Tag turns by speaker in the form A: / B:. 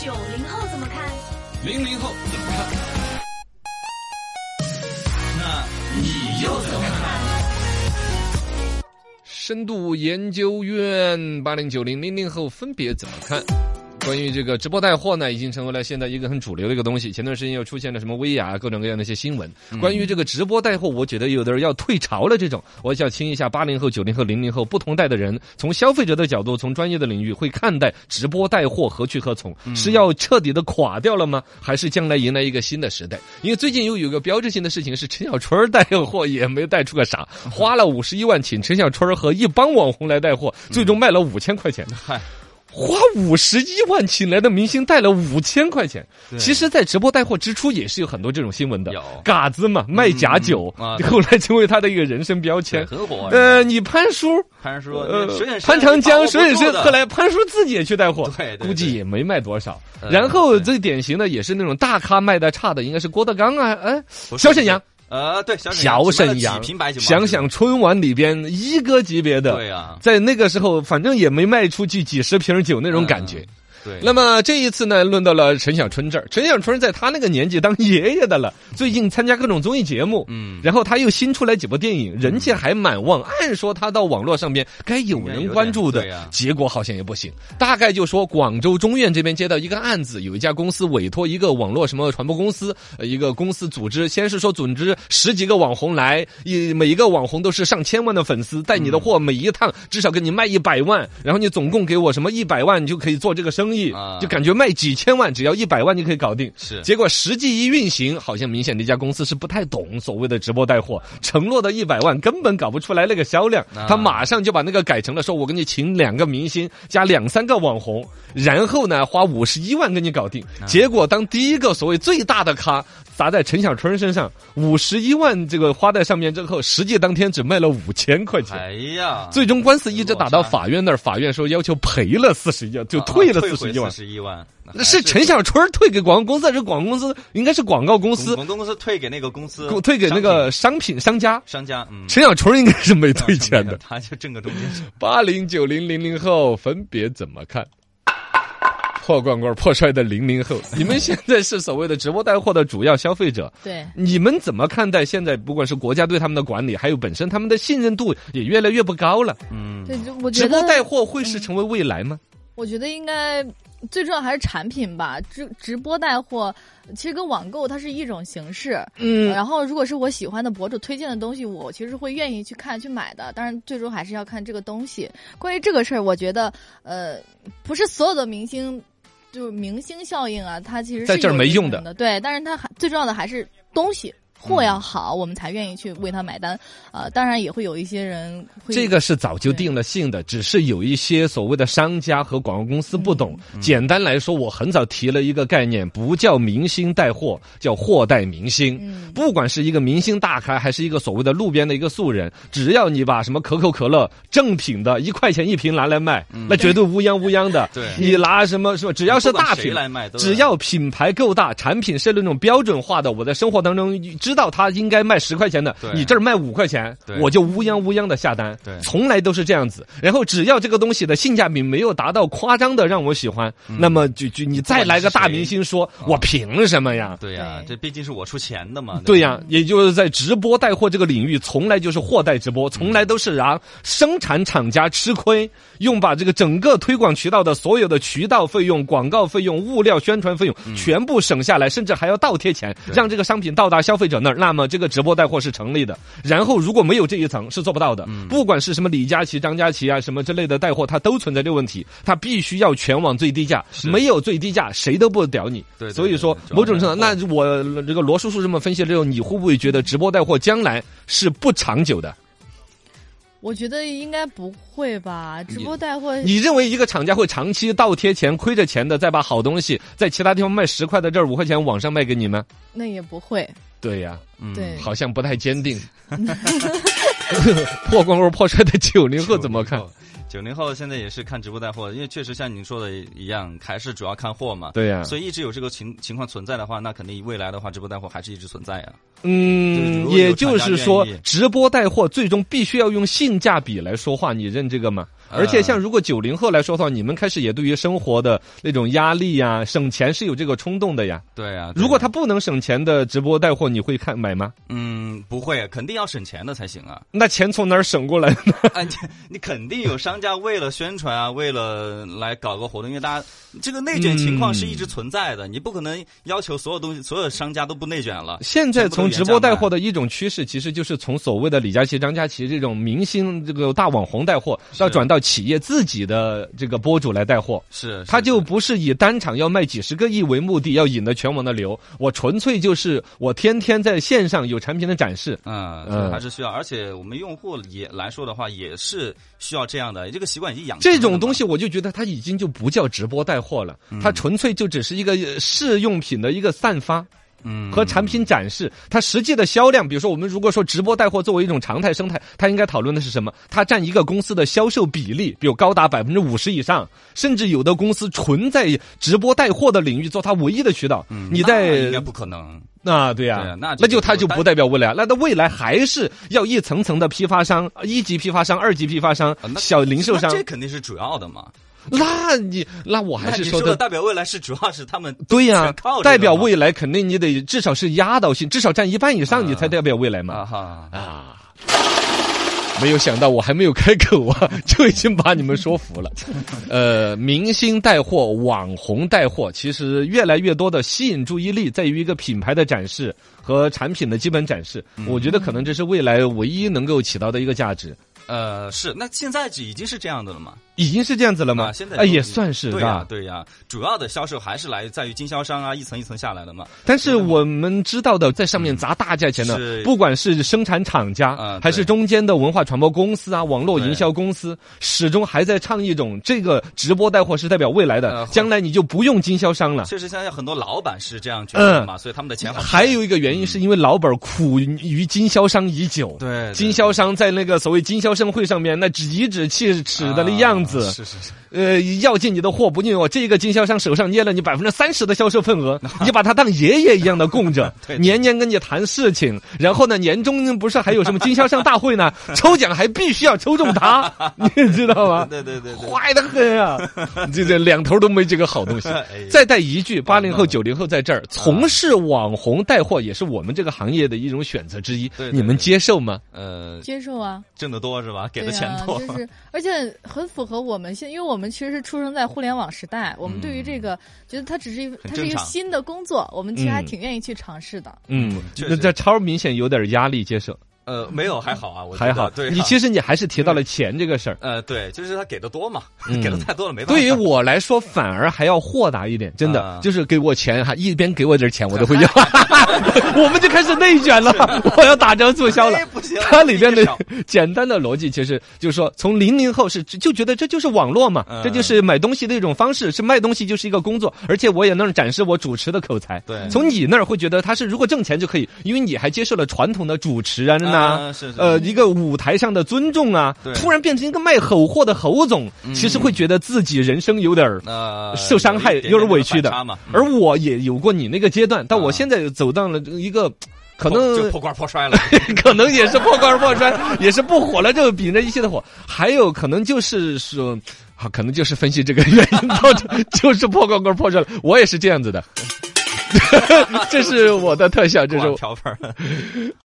A: 九零后怎么看？
B: 零零后怎么看？那你又怎么看？
C: 深度研究院八零九零零零后分别怎么看？关于这个直播带货呢，已经成为了现在一个很主流的一个东西。前段时间又出现了什么薇娅各种各样的一些新闻，关于这个直播带货，我觉得有的人要退潮了。这种，我想听一下八零后、九零后、零零后不同代的人，从消费者的角度，从专业的领域，会看待直播带货何去何从？是要彻底的垮掉了吗？还是将来迎来一个新的时代？因为最近又有个标志性的事情是陈小春儿带货也没带出个啥，花了五十一万请陈小春儿和一帮网红来带货，最终卖了五千块钱。
B: 嗨，
C: 花五十一万请来的明星带了五千块钱，其实，在直播带货之初也是有很多这种新闻的
B: 有，
C: 嘎子嘛，卖假酒，
B: 嗯啊
C: 后来成为他的一个人生标签。
B: 很火。
C: 呃，你潘叔，
B: 潘叔，
C: 呃
B: 水很，深
C: 潘长江，水很深，
B: 把握不住的
C: 后来潘叔自己也去带货，
B: 对对对
C: 估计也没卖多少。
B: 呃
C: 然后
B: 对
C: 最典型的也是那种大咖卖的差的，应该是郭德纲啊，哎，
B: 不是
C: 小沈阳，
B: 呃，对，小
C: 小沈
B: 沈
C: 阳
B: 几瓶白酒，嘛
C: 想，想春晚里边一哥级别的，
B: 对啊，
C: 在那个时候，反正也没卖出去几十瓶酒那种感觉。
B: 嗯对，
C: 那么这一次呢，轮到了陈小春这儿。陈小春在他那个年纪当爷爷的了，最近参加各种综艺节目，
B: 嗯
C: 然后他又新出来几部电影，人气还蛮旺。按说他到网络上边该有人关注的
B: 嗯应该有点对呀，
C: 结果好像也不行。大概就说广州中院这边接到一个案子，有一家公司委托一个网络什么传播公司，呃一个公司组织，先是说组织十几个网红来，一每一个网红都是上千万的粉丝，带你的货每一趟至少给你卖一百万，然后你总共给我什么一百万，你就可以做这个生意
B: 啊，
C: 就感觉卖几千万，只要一百万就可以搞定。
B: 是
C: 结果实际一运行，好像明显这家公司是不太懂所谓的直播带货，承诺的一百万根本搞不出来那个销量
B: 啊，
C: 他马上就把那个改成了说，我给你请两个明星加两三个网红，然后呢花五十一万给你搞定。
B: 啊
C: 结果当第一个所谓最大的咖砸在陈小春身上，五十一万这个花在上面之后，实际当天只卖了五千块钱。
B: 哎呀，
C: 最终官司一直打到法院那儿，法院说要求赔了四十一，就
B: 啊
C: 退了四十一万。
B: 十一万，那还
C: 是陈小春退给广告公司，还是广告公司应该是广告公司
B: 广东公司退给那个公司
C: 给，我退给那个商品商家？
B: 商家，嗯，
C: 陈小春应该是没退钱的。
B: 他就挣个中间值。
C: 八零九零零零后分别怎么看？破罐罐破摔的零零后，你们现在是所谓的直播带货的主要消费者，
A: 对，
C: 你们怎么看待现在不管是国家对他们的管理，还有本身他们的信任度也越来越不高了？
B: 嗯，
A: 对，我觉
C: 直播
A: 得，
C: 带货会是成为未来吗？
A: 我觉得应该最重要还是产品吧。直直播带货其实跟网购它是一种形式。
C: 嗯，
A: 然后，如果是我喜欢的博主推荐的东西，我其实会愿意去看、去买的。当然，最终还是要看这个东西。关于这个事儿，我觉得，呃，不是所有的明星，就是明星效应啊，它其实是
C: 在这儿
A: 有
C: 没
A: 影
C: 用
A: 响
C: 的嗯
A: 的。对，但是它还最重要的还是东西。货要好，我们才愿意去为它买单。呃，当然也会有一些人会
C: 这个是早就定了性的，只是有一些所谓的商家和广告公司不懂。
B: 嗯
C: 简单来说，我很早提了一个概念，不叫明星带货，叫货带明星。
A: 嗯
C: 不管是一个明星大咖，还是一个所谓的路边的一个素人，只要你把什么可口可乐正品的一块钱一瓶拿来卖，那绝对乌泱乌泱的。
B: 嗯对
C: 你拿什么是吧？只要是大
B: 不管谁
C: 品
B: 来卖都
C: 只要品牌够大，产品是那种标准化的，我在生活当中知道它应该卖十块钱的
B: 对，
C: 你这儿卖五块钱
B: 对，
C: 我就乌泱乌泱的下单，
B: 对
C: 从来都是这样子。然后只要这个东西的性价比没有达到夸张的让我喜欢，
B: 嗯
C: 那么就就你再来个大明星说，我凭什么呀？
B: 对呀，
A: 对
B: 这毕竟是我出钱的嘛。
C: 对
B: 吧
C: 呀、也就是在直播带货这个领域，从来就是货代直播，从来都是让生产厂家吃亏，用把这个整个推广渠道的所有的渠道费用、广告费用、物料宣传费用全部省下来，甚至还要倒贴钱，
B: 对
C: 让这个商品到达消费者那儿。那么这个直播带货是成立的。然后如果没有这一层是做不到的，不管是什么李佳琦、张佳琪啊什么之类的带货，它都存在这个问题，它必须要全网最低价，没有最低价谁都不屌你。
B: 对对
C: 所以
B: 对
C: 说
B: 主要
C: 某种程度
B: 是
C: 上，那我呃这个罗叔叔这么分析了之后，你会不会觉得直播带货将来是不长久的？
A: 我觉得应该不会吧，直播带货
C: 你认为一个厂家会长期倒贴钱、亏着钱的，再把好东西在其他地方卖十块的这儿五块钱网上卖给你吗？
A: 那也不会，
C: 对呀、
B: 嗯
A: 对
C: 好像不 太坚定。破罐罐破摔的九零后怎么看？？
B: 九零后现在也是看直播带货，因为确实像您说的一样，还是主要看货嘛。
C: 对呀、啊
B: 所以一直有这个情情况存在的话，那肯定未来的话，直播带货还是一直存在啊呀、就是如
C: 嗯，
B: 果有
C: 也就是
B: 厂
C: 说
B: 家愿意，
C: 直播带货最终必须要用性价比来说话，你认这个吗？
B: 呃
C: 而且像如果九零后来说的话，你们开始也对于生活的那种压力呀、省钱是有这个冲动的呀。
B: 对啊呀、
C: 如果
B: 他
C: 他不能省钱的直播带货，你会看买吗？
B: 嗯不会，肯定要省钱的才行啊。
C: 那钱从哪儿省过来呢？
B: 啊，你你肯定有商家为了宣传啊，为了来搞个活动，因为大家这个内卷情况是一直存在
C: 嗯
B: 的，你不可能要求所有东西、所有商家都不内卷了。
C: 现在从直播带货的一种趋势，其实就是从所谓的李佳琦、张佳琪这种明星、这个大网红带货，
B: 是
C: 要转到企业自己的这个播主来带货。
B: 是，
C: 他
B: 是
C: 就是不是以单场要卖几十个亿为目的，要引得全网的流。我纯粹就是我天天在线上有产品的展示。
B: 嗯，
C: 嗯
B: 对还是需要，而且我们用户也来说的话，也是需要这样的，这个习惯已经养成了
C: 这
B: 嘛
C: 种东西，我就觉得它已经就不叫直播带货了，
B: 嗯
C: 它纯粹就只是一个呃试用品的一个散发
B: 嗯
C: 和产品展示。它实际的销量，比如说我们如果说直播带货作为一种常态生态，它应该讨论的是什么？它占一个公司的销售比例，比如高达百分之五十以上，甚至有的公司纯在直播带货的领域做它唯一的渠道。
B: 嗯
C: 你
B: 那
C: 在
B: 应该不可能。
C: 啊，对呀、
B: 对啊那
C: 那
B: 这就
C: 就它
B: 不
C: 就不
B: 单
C: 代表未来，那它未来还是要一层层的批发商、一级批发商、二级批发商
B: 啊、那
C: 小零售
B: 那
C: 商，
B: 这肯定是主要的嘛。
C: 那你那我还
B: 那
C: 是
B: 你
C: 说
B: 的
C: 的。
B: 代表未来是主要是他们
C: 对呀
B: 全靠这、个
C: 代表
B: 嘛
C: 未来肯定你得至少是压倒性，至少占一半以上，你才
B: 啊
C: 代表未来嘛
B: 啊。哈，
C: 啊！没有想到我还没有开口啊，就已经把你们说服了。 呃，明星带货、网红带货，其实越来越多的吸引注意力在于一个品牌的展示和产品的基本展示。我
B: 嗯
C: 觉得可能这是未来唯一能够起到的一个价值。
B: 呃，是，那现在已经是这样的了嘛？
C: 已经是这样子了吗？
B: 啊，现在
C: 啊，
B: 都
C: 也算是
B: 对呀、
C: 吧。
B: 对呀、主要的销售还是来在于经销商啊，一层一层下来的嘛。
C: 但是我们知道的，在上面砸大价钱的，
B: 是
C: 不管是生产厂家、
B: 啊对
C: 还是中间的文化传播公司啊、网络
B: 对
C: 营销公司，始终还在倡议一种这个直播带货是代表未来的，
B: 呃
C: 将来你就不用经销商了。
B: 确实，现在很多老板是这样觉得的嘛，所以他们的钱好赚
C: 啊嗯还有一个原因是因为老板苦于经销商已久，
B: 对对
C: 经销商在那个所谓经销商会上面那颐指气使的那样子，
B: 啊是是是，
C: 呃，要进你的货不进我，这个经销商手上捏了你百分之三十的销售
B: ，
C: 份额，你把他当爷爷一样的供着
B: 对对
C: 年年跟你谈事情，然后呢，年终不是还有什么经销商大 会呢？抽奖还必须要抽中他，你知道吗？
B: 对对对对，
C: 坏的很 啊！这这两头都没这个好东西。
B: 哎
C: 再带一句，八零后、
B: 嗯
C: 九零后在这儿从事网红带货，也是我们这个行业的一种选择之一
B: 对。对
C: 你们
B: 对
C: 接受吗？
B: 呃，
A: 接受啊，
B: 挣得多是吧？给的
A: 对
B: 钱多，
A: 啊，就是而且很符合我们现，因为我们其实是出生在互联网时代，我们对于这个、觉得它只是一它是
B: 嗯正
A: 一个
B: 常
A: 新的工作，我们其实还
C: 嗯
A: 挺愿意去尝试的。
C: 嗯，
B: 确
C: 那
B: 实
C: 这超明显有点压力，接受
B: 呃，没有还好啊，我觉
C: 还
B: 得
C: 好。
B: 对、
C: 你其实你还是提到了钱这个事儿。
B: 呃对，就是他给的多嘛，
C: 嗯
B: 给的太多了没办法。
C: 对于我来说，反而还要豁达一点，真的，
B: 啊
C: 就是给我钱哈，一边给我点钱，我 都会要。 我们就开始内卷了，我要打折促销了
B: 哎。不行，
C: 它里边
B: 这
C: 的
B: 个 少
C: 简单的逻辑，其实就是说，从零零后是就觉得这就是网络嘛，
B: 嗯
C: 这就是买东西的一种方式，是卖东西就是一个工作，而且我也能展示我主持的口才。
B: 对
C: 从你那儿会觉得他是如果挣钱就可以，因为你还接受了传统的主持人呐、
B: 啊是是
C: 呃，一个舞台上的尊重啊
B: 对，嗯
C: 突然变成一个卖吼货的侯总，其实会觉得自己人生有点儿
B: 呃
C: 受伤害，
B: 有一点
C: 有点委屈
B: 点反差
C: 的
B: 嘛。
C: 而我也有过你那个阶段，但我现在走到了一个。可能
B: 啊就破罐破摔了，
C: 可能也是破罐破摔， 也是不火了，就比那一切的火。还有可能就是说，啊，可能就是分析这个原因， 导致就是破罐罐破摔了。我 也是这样子的，这是我的特效，这
B: 锅
C: 是
B: 碗瓢
C: 我
B: 盆儿。